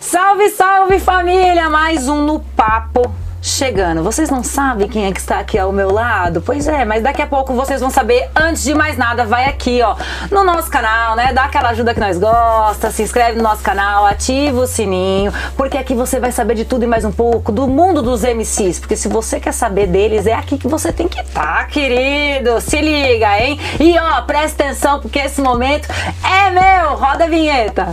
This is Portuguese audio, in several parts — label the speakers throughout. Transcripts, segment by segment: Speaker 1: Salve, salve família! Mais um no papo chegando. Vocês não sabem quem é que está aqui ao meu lado? Pois é, mas daqui a pouco vocês vão saber. Antes de mais nada, vai aqui, ó, no nosso canal, né? Dá aquela ajuda que nós gosta, se inscreve no nosso canal, ativa o sininho, porque aqui você vai saber de tudo e mais um pouco do mundo dos MCs, porque se você quer saber deles, é aqui que você tem que estar, querido. Se liga, hein? E ó, presta atenção porque esse momento é meu. Roda a vinheta.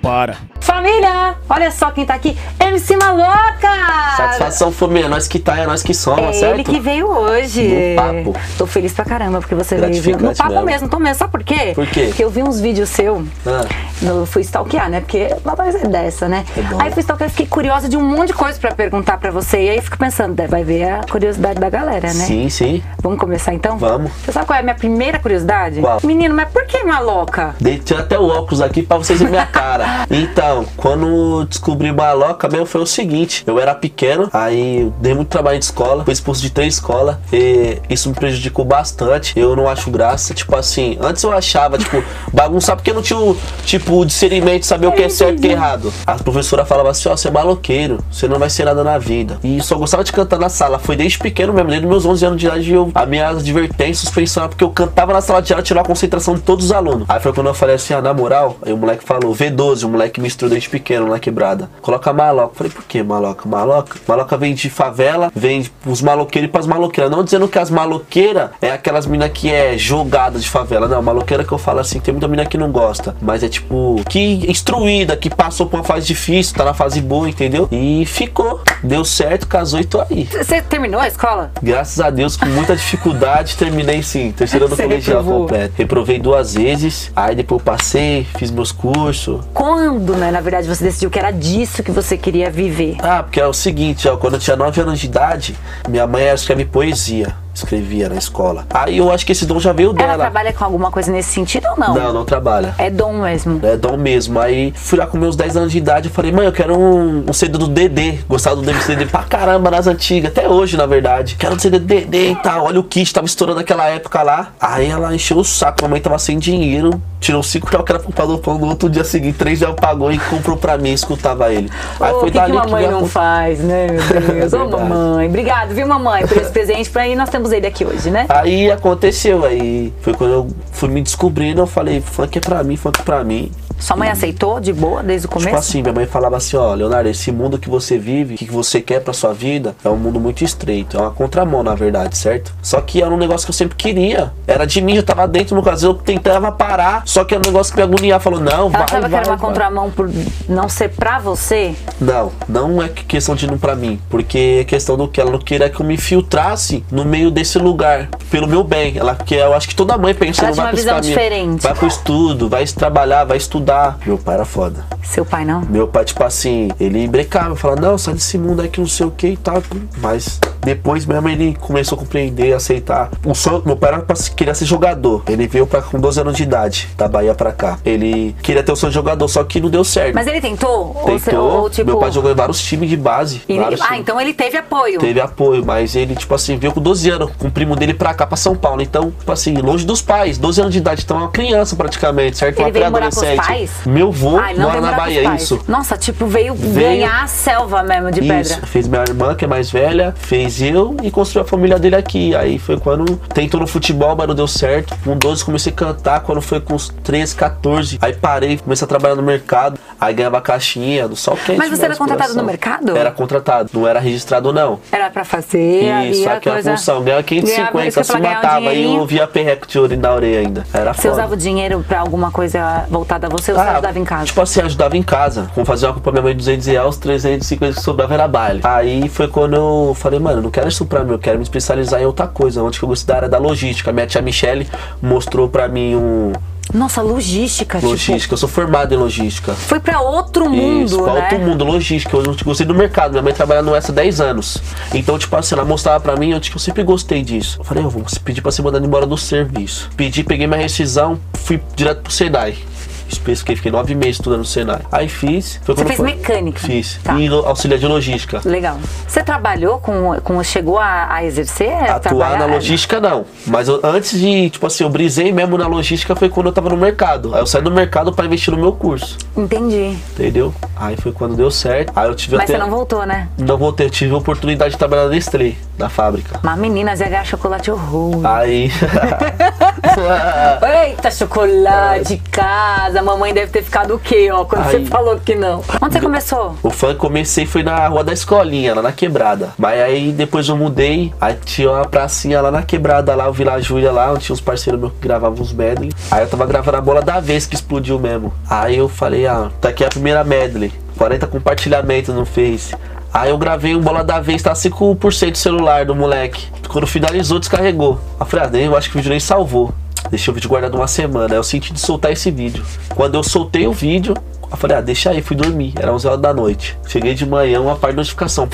Speaker 2: Para.
Speaker 1: Família, olha só quem tá aqui, MC Maloca!
Speaker 3: Satisfação, família. Nós que tá, é nós que soma,
Speaker 1: É
Speaker 3: certo?
Speaker 1: ele que veio hoje.
Speaker 3: No papo.
Speaker 1: Tô feliz pra caramba porque você veio.
Speaker 3: Gratificante
Speaker 1: No papo mesmo.
Speaker 3: mesmo.
Speaker 1: tô mesmo. Sabe por quê?
Speaker 3: Por quê?
Speaker 1: Porque eu vi uns vídeos seu.
Speaker 3: Ah.
Speaker 1: Eu fui stalkear, né? Porque nada mais é dessa, né?
Speaker 3: É bom.
Speaker 1: aí fui stalkear e fiquei curiosa de um monte de coisa pra perguntar pra você. E aí fico pensando, "Dé, vai ver a curiosidade da galera, né?
Speaker 3: Sim, sim.
Speaker 1: Vamos começar então?
Speaker 3: Vamos.
Speaker 1: Você sabe qual é a minha primeira curiosidade?
Speaker 3: Qual?
Speaker 1: Menino, mas por que maloca?
Speaker 3: Deitei até o óculos aqui pra vocês verem minha cara. Então, quando descobri maloca mesmo foi o seguinte: eu era pequeno, aí eu dei muito trabalho de escola, fui expulso de três escolas, e isso me prejudicou bastante. Eu não acho graça. Tipo assim, antes eu achava, tipo, bagunçar porque eu não tinha o, tipo, o discernimento de saber o que é certo e o que é errado. A professora falava assim: ó, você é maloqueiro, você não vai ser nada na vida. E só gostava de cantar na sala. Foi desde pequeno mesmo, desde meus 11 anos de idade, eu, a minha advertência, suspensão, era porque eu cantava na sala de aula, tirava a concentração de todos os alunos. Aí foi quando eu falei assim, ah, na moral, aí o moleque falou, V12, o moleque me instruiu desde pequeno na quebrada. Coloca maloca. Eu Falei, por que maloca? Maloca? Maloca vem de favela, vem pros maloqueiros e pras maloqueiras. Não dizendo que as maloqueiras é aquelas minas que é jogada de favela. Não, maloqueira que eu falo assim, tem muita mina que não gosta. Mas é tipo, que instruída, que passou por uma fase difícil, tá na fase boa, entendeu? E ficou. Deu certo, casou e tô aí.
Speaker 1: Você terminou a escola?
Speaker 3: Graças a Deus, com muita dificuldade, terminei sim. Terceiro ano
Speaker 1: Você
Speaker 3: colegial
Speaker 1: reprovou.
Speaker 3: completo. Reprovei duas vezes, aí depois eu passei, fiz meus cursos.
Speaker 1: Quando, né, na verdade, você decidiu que era disso que você queria viver?
Speaker 3: Ah, porque é o seguinte, ó, quando eu tinha 9 anos de idade, minha mãe ela escreve poesia, escrevia na escola. Aí eu acho que esse dom já veio
Speaker 1: Ela
Speaker 3: dela.
Speaker 1: trabalha com alguma coisa nesse sentido ou não?
Speaker 3: Não, não trabalha.
Speaker 1: É dom mesmo.
Speaker 3: É dom mesmo. Aí fui lá com meus 10 anos de idade eu falei, mãe, eu quero um, um CD do Dedê. Gostava do CD pra caramba nas antigas, até hoje, na verdade. Quero um CD do Dedê e tal. Olha o kit, tava estourando naquela época lá. Aí ela encheu o saco, minha mãe tava sem dinheiro. Tirou 5 reais que era pro do pão no outro dia seguinte, 3 reais pagou e comprou pra mim, escutava ele. Aí
Speaker 1: Ô, o que, que
Speaker 3: Ah, dali
Speaker 1: mamãe
Speaker 3: minha
Speaker 1: não
Speaker 3: conta-
Speaker 1: faz, né, meu Deus? Ô,
Speaker 3: Verdade.
Speaker 1: mamãe. Obrigado, viu, mamãe, por esse presente. Pra aí nós temos ele aqui hoje, né?
Speaker 3: Aí aconteceu, aí foi quando eu fui me descobrindo, eu falei, funk é pra mim, funk é pra mim.
Speaker 1: Sua mãe aceitou de boa desde o
Speaker 3: Tipo
Speaker 1: começo?
Speaker 3: assim, minha mãe falava assim, ó, Leonardo, esse mundo que você vive, que que você quer pra sua vida, é um mundo muito estreito, é uma contramão, na verdade, certo? Só que era um negócio que eu sempre queria. Era de mim, eu tava dentro no caso, eu tentava parar, só que era um negócio que me agoniava, falou, não, vai,
Speaker 1: Ela achava que
Speaker 3: vai,
Speaker 1: era uma
Speaker 3: vai.
Speaker 1: contramão por não ser pra você?
Speaker 3: Não, não é que- questão de não pra mim, porque é questão do que ela não queria que eu me infiltrasse no meio desse lugar, pelo meu bem. Ela que eu acho que toda mãe pensa,
Speaker 1: Ela
Speaker 3: não
Speaker 1: tinha
Speaker 3: vai
Speaker 1: uma
Speaker 3: pros
Speaker 1: visão
Speaker 3: caminhos,
Speaker 1: diferente.
Speaker 3: é, vai pro estudo, vai trabalhar, vai estudar. Meu pai era foda.
Speaker 1: Seu pai não?
Speaker 3: Meu pai, tipo assim, ele brecava, falava, não, sai desse mundo aí que não sei o que e tal. Mas depois mesmo ele começou a compreender, aceitar. O sonho, meu pai era pra, se- queria ser jogador. Ele veio pra, com 12 anos de idade, da Bahia pra cá. Ele queria ter o sonho de jogador, só que não deu certo.
Speaker 1: Mas ele tentou? Ou você-
Speaker 3: Tentou,
Speaker 1: Ou, tipo...
Speaker 3: meu pai jogou em vários times de base.
Speaker 1: e-
Speaker 3: vários
Speaker 1: Ah,
Speaker 3: times.
Speaker 1: então ele teve apoio.
Speaker 3: Teve apoio, mas ele, tipo assim, veio com 12 anos, com o primo dele pra cá, pra São Paulo. Então, tipo assim, longe dos pais, 12 anos de idade, então é uma criança praticamente, certo?
Speaker 1: Ele
Speaker 3: uma
Speaker 1: veio morar com os
Speaker 3: pré-adolescente.
Speaker 1: pais?
Speaker 3: Meu avô
Speaker 1: Ah, ele não veio morar
Speaker 3: mora na
Speaker 1: com os
Speaker 3: Bahia, é
Speaker 1: pais.
Speaker 3: isso.
Speaker 1: Nossa, tipo, veio,
Speaker 3: Veio-
Speaker 1: ganhar a selva mesmo de
Speaker 3: Isso,
Speaker 1: pedra.
Speaker 3: fez minha irmã, que é mais velha, fez eu e construiu a família dele aqui. Aí foi quando tentou no futebol, mas não deu certo. Com 12 comecei a cantar, quando foi com os 13, 14. Aí parei, comecei a trabalhar no mercado, aí ganhava caixinha, do sol quente.
Speaker 1: Mas você
Speaker 3: mesmo,
Speaker 1: era contratado
Speaker 3: coração.
Speaker 1: no mercado?
Speaker 3: Era contratado, não era registrado não.
Speaker 1: Era pra fazer ali
Speaker 3: Isso,
Speaker 1: a
Speaker 3: aquela
Speaker 1: coisa...
Speaker 3: função. é Ganhava
Speaker 1: Ganhava,
Speaker 3: 550,
Speaker 1: isso que eu ia
Speaker 3: se
Speaker 1: falar, ganhava um
Speaker 3: matava e
Speaker 1: dinheirinho.
Speaker 3: eu via perreco de ouro na orelha ainda. Era
Speaker 1: Você
Speaker 3: foda.
Speaker 1: usava o dinheiro pra alguma coisa voltada a você ou você ajudava em casa?
Speaker 3: Tipo assim, ajudava em casa. Como fazia uma culpa minha mãe de 200 reais, os 350 que sobrava era baile. Aí foi quando eu falei, mano, eu não quero isso pra mim, eu quero me especializar em outra coisa. Onde que eu gosto da área da logística. Minha tia Michele mostrou pra mim um
Speaker 1: Nossa, logística, tipo.
Speaker 3: logística. Eu sou formado em logística.
Speaker 1: Foi pra outro mundo,
Speaker 3: Isso, pra
Speaker 1: né?
Speaker 3: outro mundo, logística. Eu gostei do mercado. Minha mãe trabalha no essa há 10 anos. Então, tipo assim, ela mostrava pra mim, eu, tipo, eu sempre gostei disso. Eu falei, eu vou pedir pra ser mandado embora do serviço. Pedi, peguei minha rescisão, fui direto pro SEDAI. especifiquei, fiquei nove meses estudando no Senai. Aí fiz. Foi
Speaker 1: Você
Speaker 3: quando
Speaker 1: fez
Speaker 3: foi.
Speaker 1: mecânica?
Speaker 3: Fiz.
Speaker 1: Tá.
Speaker 3: E lo- auxiliar de logística.
Speaker 1: Legal. Você trabalhou com. com chegou a, a exercer? a
Speaker 3: Atuar na
Speaker 1: trabalhar?
Speaker 3: logística não, mas eu- antes de, tipo assim, eu brisei mesmo na logística foi quando eu tava no mercado. Aí eu saí do mercado pra investir no meu curso,
Speaker 1: Entendi.
Speaker 3: entendeu? Aí foi quando deu certo. Aí eu tive
Speaker 1: Mas
Speaker 3: até
Speaker 1: você não voltou, né?
Speaker 3: não voltei, eu tive a oportunidade de trabalhar na Nestlé, na fábrica.
Speaker 1: Mas meninas, ia ganhar chocolate horror.
Speaker 3: Aí Ah.
Speaker 1: Eita, chocolate, casa. A mamãe deve ter ficado o quê, ó? Quando
Speaker 3: Aí.
Speaker 1: você falou que não. Onde você começou?
Speaker 3: O funk comecei foi na rua da escolinha, lá na quebrada. Mas aí depois eu mudei, aí tinha uma pracinha lá na quebrada, lá, o Vila Júlia lá, onde tinha uns parceiros meus que gravavam uns medley. Aí eu tava gravando a bola da vez que explodiu mesmo. Aí eu falei, ah, tá aqui a primeira medley. 40 compartilhamentos no Face. Aí eu gravei o bola da vez, tá 5% do celular do moleque. Quando finalizou, descarregou. Aí eu falei, ah, nem- eu acho que o vídeo nem salvou. Deixei o vídeo guardado uma semana. Aí eu senti de soltar esse vídeo. Quando eu soltei o vídeo, eu falei, ah, deixa aí, fui dormir. Era 11 horas da noite. Cheguei de manhã, uma parte de notificação.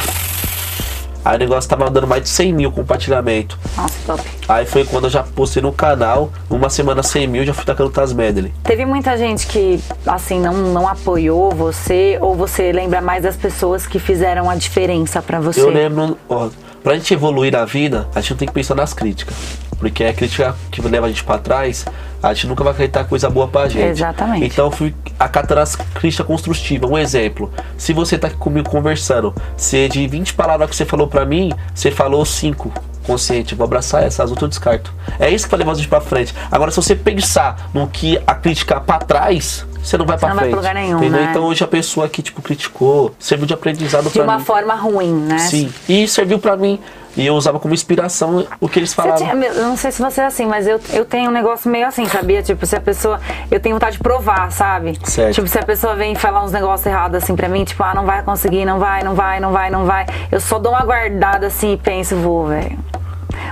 Speaker 3: Aí o negócio tava dando mais de 100 mil compartilhamento.
Speaker 1: Nossa, top.
Speaker 3: Aí foi quando eu já postei no canal, uma semana 100 mil, já fui tacando Taz Medley.
Speaker 1: Teve muita gente que, assim, não, não apoiou você? Ou você lembra mais das pessoas que fizeram a diferença pra você?
Speaker 3: Eu lembro, ó, pra gente evoluir na vida, a gente não tem que pensar nas críticas. Porque a crítica que leva a gente pra trás, a gente nunca vai acreditar coisa boa pra gente.
Speaker 1: Exatamente.
Speaker 3: Então eu fui acatando as críticas construtivas. Um exemplo, se você tá aqui comigo conversando, se de 20 palavras que você falou pra mim, você falou 5. Consciente, vou abraçar essa, as outras eu descarto. É isso que vai levar a gente pra frente. Agora, se você pensar no que a crítica é pra trás, você não vai pra
Speaker 1: não vai
Speaker 3: frente.
Speaker 1: pra lugar nenhum,
Speaker 3: entendeu?
Speaker 1: né?
Speaker 3: Então hoje a pessoa que, tipo, criticou, serviu de aprendizado
Speaker 1: De
Speaker 3: pra
Speaker 1: uma
Speaker 3: mim.
Speaker 1: forma ruim, né?
Speaker 3: Sim. E serviu pra mim. E eu usava como inspiração o que eles
Speaker 1: Você
Speaker 3: falavam.
Speaker 1: tinha- meu, eu não sei se você é assim, mas eu, eu tenho um negócio meio assim, sabia? Tipo, se a pessoa. Eu tenho vontade de provar, sabe?
Speaker 3: Certo.
Speaker 1: Tipo, se a pessoa vem falar uns negócios errados assim pra mim, tipo, ah, não vai conseguir, não vai, não vai, não vai, não vai. Eu só dou uma guardada assim e penso, vou, velho.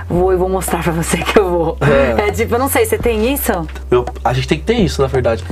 Speaker 1: Vou e vou mostrar pra você que eu vou.
Speaker 3: É.
Speaker 1: é tipo, eu não sei, você tem isso?
Speaker 3: Eu- a gente tem que ter isso, na verdade.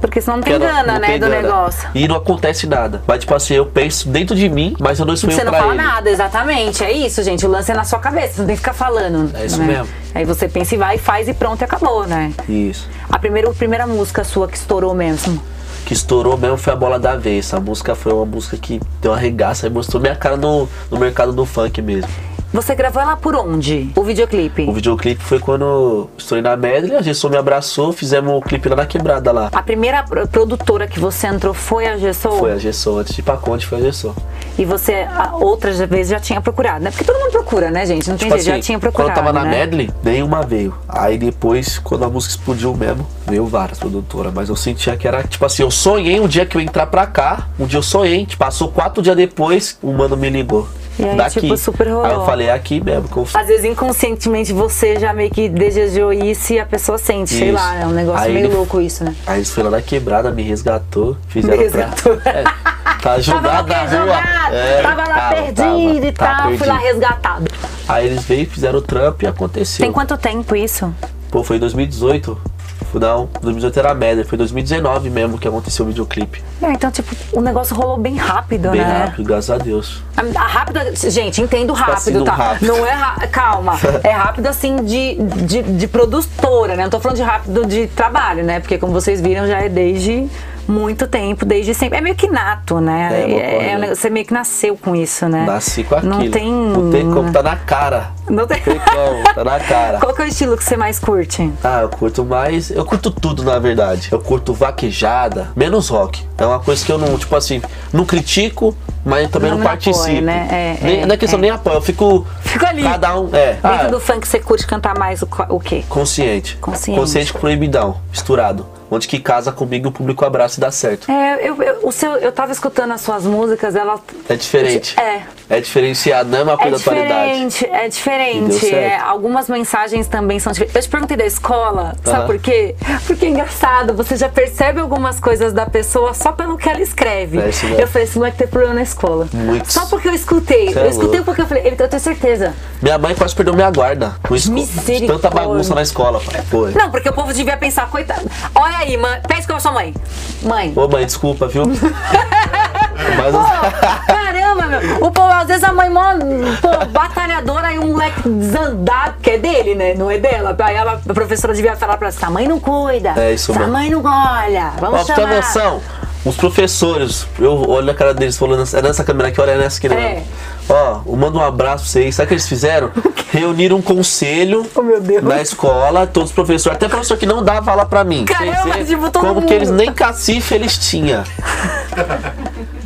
Speaker 1: Porque senão não tem
Speaker 3: Porque não-
Speaker 1: gana,
Speaker 3: não
Speaker 1: né,
Speaker 3: tem
Speaker 1: do
Speaker 3: gana.
Speaker 1: negócio.
Speaker 3: E não acontece nada. Mas, tipo assim, eu penso dentro de mim, mas eu não exponho
Speaker 1: Você não
Speaker 3: pra
Speaker 1: fala
Speaker 3: ele.
Speaker 1: nada, exatamente. É isso, gente. O lance é na sua cabeça, você não tem que ficar falando.
Speaker 3: É isso
Speaker 1: né?
Speaker 3: mesmo.
Speaker 1: Aí você pensa e vai, faz e pronto, e acabou, né?
Speaker 3: Isso.
Speaker 1: A primeira, a primeira música sua que estourou mesmo.
Speaker 3: Que estourou mesmo foi a bola da vez. Essa música foi uma música que deu uma regaça e mostrou minha cara no, no mercado do funk mesmo.
Speaker 1: Você gravou ela por onde? O videoclipe?
Speaker 3: O videoclipe foi quando eu estourei na Medley, a Gessou me abraçou, fizemos o clipe lá na quebrada lá.
Speaker 1: A primeira pro- produtora que você entrou foi a Gessou?
Speaker 3: Foi a Gessou, antes de ir pra Conte foi a Gessou.
Speaker 1: E você, a, outras vezes, já tinha procurado, né? Porque todo mundo procura, né, gente? Não tem
Speaker 3: Tipo
Speaker 1: jeito, já
Speaker 3: assim,
Speaker 1: tinha procurado,
Speaker 3: Quando eu tava na
Speaker 1: né?
Speaker 3: medley, nenhuma veio. Aí depois, quando a música explodiu mesmo, veio várias produtoras. Mas eu sentia que era, tipo assim, eu sonhei um dia que eu ia entrar pra cá. Um dia eu sonhei, tipo, passou quatro dias depois, o mano me ligou.
Speaker 1: E aí,
Speaker 3: Daqui.
Speaker 1: tipo, super rolou.
Speaker 3: Aí eu falei, é aqui mesmo. Que eu...
Speaker 1: Às vezes, inconscientemente, você já meio que desejou isso e a pessoa sente, sei
Speaker 3: Isso.
Speaker 1: lá, é um negócio
Speaker 3: Aí
Speaker 1: meio
Speaker 3: ele-
Speaker 1: louco isso, né?
Speaker 3: Aí eles foram lá na quebrada, me resgatou, fizeram
Speaker 1: Me resgatou.
Speaker 3: pra. É,
Speaker 1: Tava lá
Speaker 3: tá ajudado na
Speaker 1: bem
Speaker 3: rua.
Speaker 1: jogado,
Speaker 3: É,
Speaker 1: tava lá perdido e
Speaker 3: tava tá
Speaker 1: tal, fui lá
Speaker 3: perdido.
Speaker 1: resgatado.
Speaker 3: Aí eles veio, fizeram o trampo e aconteceu.
Speaker 1: Tem quanto tempo isso?
Speaker 3: Pô, foi em 2018. Não, 2018 era a média, foi 2019 mesmo que aconteceu o videoclipe.
Speaker 1: É, então, tipo, o negócio rolou bem rápido,
Speaker 3: Bem
Speaker 1: né?
Speaker 3: rápido, graças a Deus.
Speaker 1: A- a Rápido, gente, entendo
Speaker 3: assim,
Speaker 1: rápido,
Speaker 3: não
Speaker 1: tá?
Speaker 3: rápido.
Speaker 1: Não é ra- calma. É rápido assim de, de, de produtora, né? Não tô falando de rápido de trabalho, né? Porque como vocês viram, já é desde muito tempo, desde sempre. É meio que nato, né?
Speaker 3: É, uma coisa.
Speaker 1: um negócio- você meio que nasceu com isso, né?
Speaker 3: Nasci com aquilo.
Speaker 1: Não tem.
Speaker 3: Não tem como, tá na cara.
Speaker 1: Não tem-
Speaker 3: Não tem como, tá na cara.
Speaker 1: Qual que é o estilo que você mais curte?
Speaker 3: Ah, eu curto mais. Eu curto tudo, na verdade. Eu curto vaquejada, menos rock. É uma coisa que eu não, tipo assim, não critico, mas também não,
Speaker 1: Não apoia,
Speaker 3: participo.
Speaker 1: né? É,
Speaker 3: nem,
Speaker 1: é,
Speaker 3: não é questão
Speaker 1: é.
Speaker 3: nem apoio, eu fico.
Speaker 1: Fico ali.
Speaker 3: Cada um. É.
Speaker 1: Dentro
Speaker 3: Ah,
Speaker 1: do funk, você curte cantar mais o, qua- o quê?
Speaker 3: consciente.
Speaker 1: Consciente.
Speaker 3: com proibidão, misturado. Onde que casa comigo, o público abraça e dá certo.
Speaker 1: É, eu, eu, o seu, eu tava escutando as suas músicas, ela
Speaker 3: É diferente.
Speaker 1: É.
Speaker 3: É diferenciado, não é uma
Speaker 1: É
Speaker 3: coisa da atualidade.
Speaker 1: diferente, é
Speaker 3: E deu
Speaker 1: diferente.
Speaker 3: certo.
Speaker 1: é, algumas mensagens também são diferentes. Eu te perguntei da escola, sabe
Speaker 3: Aham.
Speaker 1: por quê? Porque é engraçado, você já percebe algumas coisas da pessoa só pelo que ela escreve.
Speaker 3: É isso mesmo.
Speaker 1: eu falei, esse moleque tem problema na escola.
Speaker 3: Muitos.
Speaker 1: Só porque eu escutei.
Speaker 3: Cê é
Speaker 1: eu escutei
Speaker 3: louco.
Speaker 1: porque eu falei, ele- eu tenho certeza.
Speaker 3: Minha mãe quase perdeu minha guarda. Com isso,
Speaker 1: Misericórdia.
Speaker 3: tanta bagunça na escola, pai. Foi.
Speaker 1: Não, porque o povo devia pensar, coitado. Olha aí, mãe. Pede desculpa pra sua mãe. Mãe.
Speaker 3: Ô mãe, desculpa, viu? Mas
Speaker 1: Pô, caramba, meu. O povo, às vezes a mãe mó pô, batalhadora aí um moleque desandado, que é dele, né? Não é dela. Aí ela- a professora devia falar pra essa mãe não cuida.
Speaker 3: É isso
Speaker 1: Essa
Speaker 3: mesmo.
Speaker 1: mãe não olha. Vamos
Speaker 3: Ó, pra ter
Speaker 1: chamar.
Speaker 3: noção, os professores, eu olho na cara deles falando, é nessa câmera aqui, olha nessa aqui, né?
Speaker 1: É.
Speaker 3: Ó, eu mando um abraço pra vocês. Sabe o que eles fizeram? Reuniram um conselho
Speaker 1: Oh, meu Deus.
Speaker 3: na escola, todos os professores, até professor que não dava aula pra mim. sem
Speaker 1: Caramba,
Speaker 3: ser-
Speaker 1: tipo, todo
Speaker 3: como
Speaker 1: mundo.
Speaker 3: que eles nem cacife eles tinham.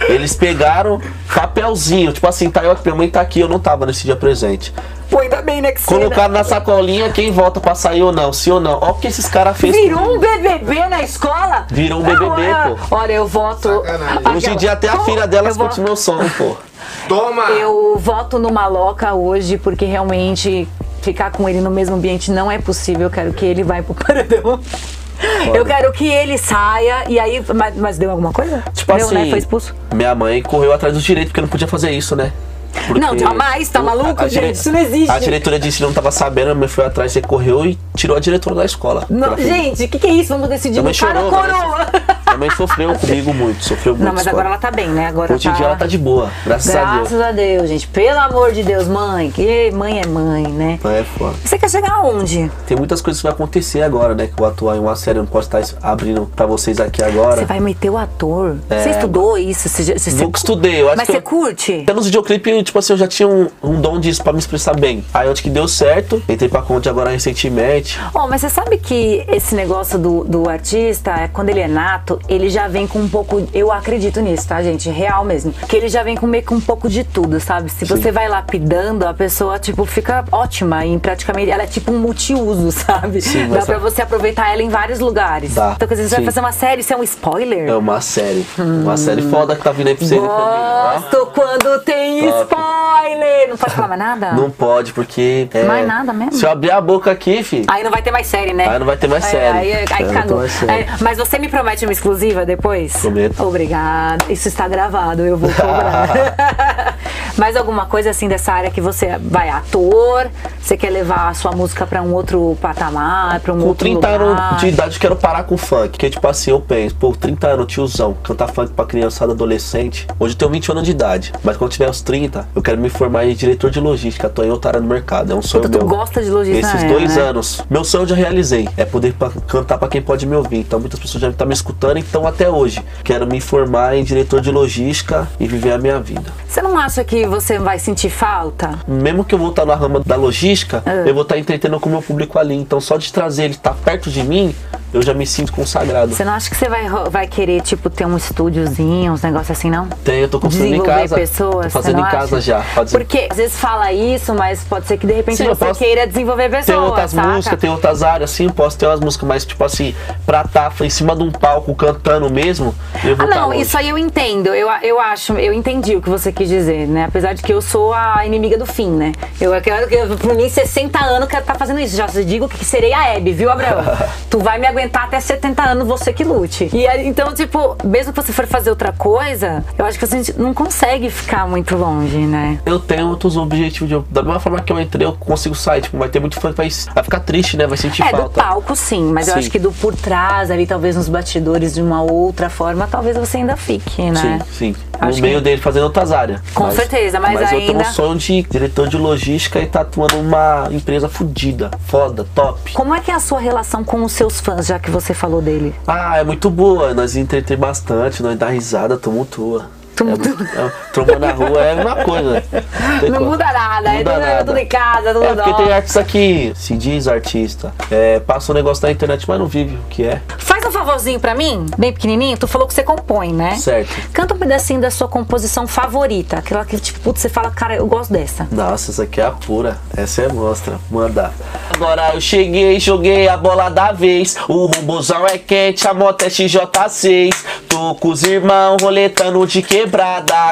Speaker 3: Eles pegaram papelzinho, tipo assim, tá eu aqui, minha mãe tá aqui, eu não tava nesse dia presente.
Speaker 1: Pô, ainda bem, né? Que você-
Speaker 3: Colocaram na sacolinha quem volta pra sair ou não, sim ou não. Ó o que esses caras fez
Speaker 1: Virou
Speaker 3: comigo.
Speaker 1: um BBB na escola?
Speaker 3: Virou um BBB,
Speaker 1: Não,
Speaker 3: pô.
Speaker 1: Olha, eu voto.
Speaker 2: Sacanagem.
Speaker 3: Hoje em dia até a
Speaker 1: Pô,
Speaker 3: filha delas
Speaker 1: um eu vou-
Speaker 3: continua o som, pô.
Speaker 2: Toma!
Speaker 1: Eu voto no Maloca hoje porque realmente ficar com ele no mesmo ambiente não é possível. Eu quero que ele vá pro paredão. Eu quero que ele saia e aí. Mas, mas deu alguma coisa?
Speaker 3: Tipo
Speaker 1: deu,
Speaker 3: assim,
Speaker 1: né? Foi expulso?
Speaker 3: minha mãe correu atrás do direito, porque não podia fazer isso, né? Porque
Speaker 1: Não, jamais, tá
Speaker 3: o-
Speaker 1: maluco, gente?
Speaker 3: dire-
Speaker 1: Isso não existe.
Speaker 3: A diretora disse que não tava sabendo, a mãe foi atrás, recorreu e tirou a diretora da escola.
Speaker 1: Não,
Speaker 3: Ela fez-
Speaker 1: gente, o que, que é isso? Vamos decidir
Speaker 3: Também
Speaker 1: no cara ou
Speaker 3: chorou, né?
Speaker 1: coroa.
Speaker 3: Minha mãe sofreu comigo muito, sofreu muito.
Speaker 1: Não, mas
Speaker 3: escola.
Speaker 1: agora ela tá bem, né? Agora
Speaker 3: Hoje em dia ela tá de boa, graças, a Deus.
Speaker 1: Graças a Deus, gente. Pelo amor de Deus, mãe. Que mãe é mãe, né?
Speaker 3: É, foda.
Speaker 1: Você quer chegar aonde?
Speaker 3: Tem muitas coisas que vai acontecer agora, né? Que eu vou atuar em uma série, eu não posso estar es- abrindo pra vocês aqui agora.
Speaker 1: Você vai meter o ator.
Speaker 3: É.
Speaker 1: Você estudou isso? Você, você,
Speaker 3: Nunca estudei, eu acho
Speaker 1: Mas
Speaker 3: que
Speaker 1: você
Speaker 3: eu-
Speaker 1: curte?
Speaker 3: Até nos videoclipe, tipo assim, eu já tinha um, um dom disso pra me expressar bem. Aí onde que deu certo, entrei pra Conte agora recentemente.
Speaker 1: Ó, mas você sabe que esse negócio do, do artista, é, quando ele é nato, ele já vem com um pouco. Eu acredito nisso, tá, gente? Real mesmo. Que ele já vem com meio que um pouco de tudo, sabe? Se você vai lapidando, a pessoa, tipo, fica ótima em praticamente. Ela é tipo um multiuso, sabe?
Speaker 3: Sim,
Speaker 1: Dá
Speaker 3: mas- é.
Speaker 1: pra você aproveitar ela em vários lugares.
Speaker 3: Dá,
Speaker 1: Então, quer dizer, você vai
Speaker 3: sim.
Speaker 1: fazer uma série, isso é um spoiler?
Speaker 3: É uma série. Uma série foda que tá vindo aí pra vocês. né, família?
Speaker 1: Hum. Gosto quando tem
Speaker 3: Top.
Speaker 1: spoiler! Não pode falar mais nada?
Speaker 3: Tá. Não pode, porque. é,
Speaker 1: Mais nada mesmo?
Speaker 3: Se eu abrir a boca aqui, fi.
Speaker 1: Aí não vai ter mais série, né?
Speaker 3: Aí não vai ter mais
Speaker 1: É,
Speaker 3: série.
Speaker 1: Aí, aí
Speaker 3: Aí não
Speaker 1: cagou.
Speaker 3: tem mais série.
Speaker 1: É, mas você me promete uma exclusiva depois?
Speaker 3: Prometo.
Speaker 1: Obrigada. Isso está gravado, eu vou cobrar. mais alguma coisa assim dessa área que você vai ator, você quer levar a sua música pra um outro patamar, pra um
Speaker 3: Com
Speaker 1: outro
Speaker 3: 30
Speaker 1: lugar?
Speaker 3: anos de idade, eu quero parar com funk. Porque, tipo assim, eu penso, pô, 30 anos, tiozão, cantar funk pra criançada, adolescente. Hoje eu tenho 20 anos de idade, mas quando eu tiver os 30, eu quero me formar em diretor de logística. Tô em outra área no mercado, é um sonho
Speaker 1: Puta, tu
Speaker 3: meu.
Speaker 1: gosta de logística,
Speaker 3: Esses
Speaker 1: né?
Speaker 3: dois anos. Meu sonho eu já realizei, é poder pa- cantar pra quem pode me ouvir. Então, muitas pessoas já estão me escutando, então até hoje. Quero me formar em diretor de logística e viver a minha vida.
Speaker 1: Você não acha que você vai sentir falta?
Speaker 3: mesmo que eu vou estar na rama da logística,
Speaker 1: Ah.
Speaker 3: eu vou estar entretendo com o meu público ali. Então, só de trazer ele estar perto de mim, eu já me sinto consagrado.
Speaker 1: Você não acha que você vai, ro- vai querer, tipo, ter um estúdiozinho, uns negócios assim, não?
Speaker 3: Tem, eu tô construindo em
Speaker 1: Desenvolver
Speaker 3: casa.
Speaker 1: pessoas,
Speaker 3: tô
Speaker 1: você
Speaker 3: fazendo
Speaker 1: não
Speaker 3: em casa
Speaker 1: acha?
Speaker 3: já. Fazendo.
Speaker 1: Porque às vezes fala isso, mas pode ser que de repente
Speaker 3: Sim, eu
Speaker 1: você
Speaker 3: posso-
Speaker 1: queira desenvolver pessoas,
Speaker 3: Tem outras
Speaker 1: saca?
Speaker 3: músicas, tem outras áreas, sim, eu posso ter umas músicas, mas tipo assim, pra estar em cima de um palco cantando mesmo, eu vou
Speaker 1: Ah,
Speaker 3: estar
Speaker 1: não,
Speaker 3: longe.
Speaker 1: isso aí eu entendo. Eu, eu acho, eu entendi o que você quis dizer, né? Apesar de que eu sou a inimiga do fim, né? Eu quero que, por mim, 60 anos que tá fazendo isso. Já te digo que serei a Hebe, viu, Abraão? tu vai me aguentar até 70 anos, você que lute. E aí, então, tipo, mesmo que você for fazer outra coisa, eu acho que a gente não consegue ficar muito longe, né?
Speaker 3: Eu tenho outros objetivos. de- da mesma forma que eu entrei, eu consigo sair. Tipo, vai ter muito fã que vai, vai ficar triste, né? Vai sentir
Speaker 1: É, do
Speaker 3: falta.
Speaker 1: palco sim, mas eu
Speaker 3: Sim.
Speaker 1: acho que do por trás ali, talvez nos bastidores de uma outra forma, talvez você ainda fique, né?
Speaker 3: Sim, sim.
Speaker 1: Acho
Speaker 3: no
Speaker 1: que-
Speaker 3: meio dele fazendo outras áreas.
Speaker 1: Com certeza, mas
Speaker 3: eu tenho
Speaker 1: ainda-
Speaker 3: um sonho de diretor de logística e tá atuando uma empresa fodida, foda, top.
Speaker 1: Como é que é a sua relação com os seus fãs, já que você falou dele?
Speaker 3: Ah, é muito boa. Nós entretemos bastante, nós dá risada, tumultua.
Speaker 1: Tumultua.
Speaker 3: É, é, tromba na rua é a mesma coisa. tem
Speaker 1: Não
Speaker 3: como.
Speaker 1: muda nada, é tudo- tudo em casa, tudo
Speaker 3: É porque
Speaker 1: nosso.
Speaker 3: tem artista que se diz artista, é, passa um negócio na internet, mas não vive o que é.
Speaker 1: Faz um favorzinho pra mim, bem pequenininho. Tu falou que você compõe, né?
Speaker 3: Certo.
Speaker 1: Canta um pedacinho da sua composição favorita, aquela que tipo, putz, você fala, cara, eu gosto dessa.
Speaker 3: Nossa, essa aqui é a pura. Essa é mostra. Manda. Agora eu cheguei, joguei a bola da vez. O robozão é quente, a moto é XJ6. Tô com os irmãos roletando de quebrada.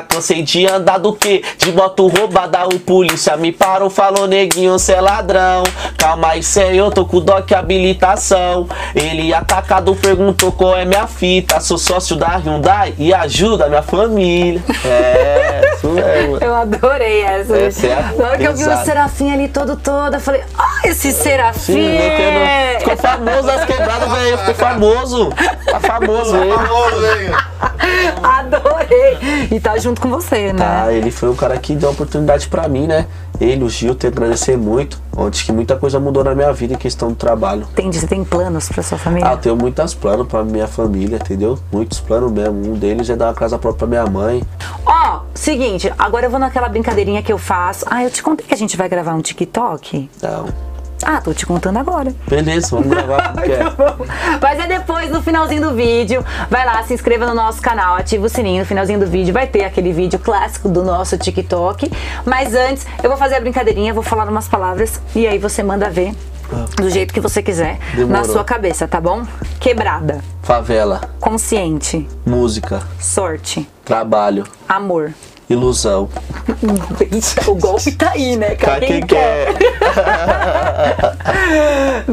Speaker 3: Cansei de andar do que? De moto roubada. O polícia me parou, falou neguinho, cê é ladrão. Calma aí, senhor, tô com o DOC habilitação. Ele atacado perguntou qual é minha fita. Sou sócio da Hyundai e ajuda minha família. É, isso mesmo.
Speaker 1: Eu adorei essa.
Speaker 3: Essa é a
Speaker 1: Na hora que eu vi o
Speaker 3: pesada.
Speaker 1: Serafim ali todo, todo, eu falei, ah, esse Serafim!
Speaker 3: Sim, meu quebrado. Ficou famoso as quebradas, velho. Ficou famoso. Tá famoso ele.
Speaker 2: Famoso, hein?
Speaker 1: Adorei! e tá junto com você, né?
Speaker 3: Tá, ele foi um cara que deu oportunidade pra mim, né? Ele, o Gil, tenho que agradecer muito. Onde que muita coisa mudou na minha vida em questão do trabalho.
Speaker 1: Entendi, você tem planos pra sua
Speaker 3: Ah, eu
Speaker 1: família?
Speaker 3: tenho muitos planos pra minha família, entendeu? Muitos planos mesmo. Um deles é dar uma casa própria pra minha mãe.
Speaker 1: Ó, seguinte, agora eu vou naquela brincadeirinha que eu faço. Ah, eu te contei que a gente vai gravar um TikTok?
Speaker 3: Então,
Speaker 1: Ah, tô te contando agora.
Speaker 3: beleza, vamos gravar como que
Speaker 1: tá
Speaker 3: é.
Speaker 1: Mas é depois, no finalzinho do vídeo. Vai lá, se inscreva no nosso canal, ativa o sininho. No finalzinho do vídeo vai ter aquele vídeo clássico do nosso TikTok. Mas antes, eu vou fazer a brincadeirinha, vou falar umas palavras e aí você manda ver do jeito que você quiser na
Speaker 3: Demorou.
Speaker 1: sua cabeça, tá bom? Quebrada,
Speaker 3: Favela,
Speaker 1: consciente,
Speaker 3: música,
Speaker 1: sorte,
Speaker 3: trabalho,
Speaker 1: amor.
Speaker 3: ilusão.
Speaker 1: O golpe tá aí, né? Cara,
Speaker 3: Pra
Speaker 1: quem quer?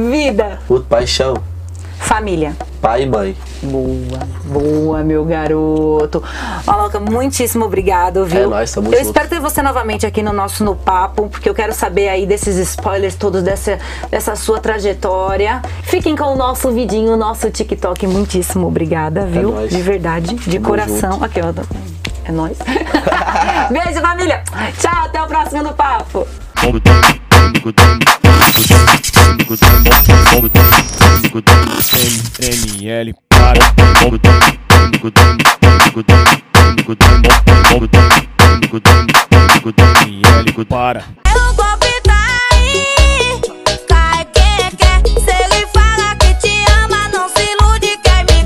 Speaker 1: Vida,
Speaker 3: Puto, paixão,
Speaker 1: família.
Speaker 3: pai e mãe.
Speaker 1: Boa, boa, meu garoto. Maloca, muitíssimo obrigado, viu?
Speaker 3: É nóis, tamo
Speaker 1: Eu
Speaker 3: junto.
Speaker 1: espero ter você novamente aqui no nosso No Papo, porque eu quero saber aí desses spoilers todos, dessa, dessa sua trajetória. Fiquem com o nosso vidinho, o nosso TikTok. Muitíssimo obrigada, viu?
Speaker 3: É nóis.
Speaker 1: De verdade, de
Speaker 3: Tamo
Speaker 1: coração.
Speaker 3: junto.
Speaker 1: Aqui, ó. É nóis. Beijo, família. Tchau, até o próximo No Papo.
Speaker 2: ML para.
Speaker 4: Eu tô